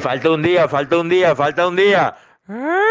Falta un día, falta un día, falta un día. ¡Ah!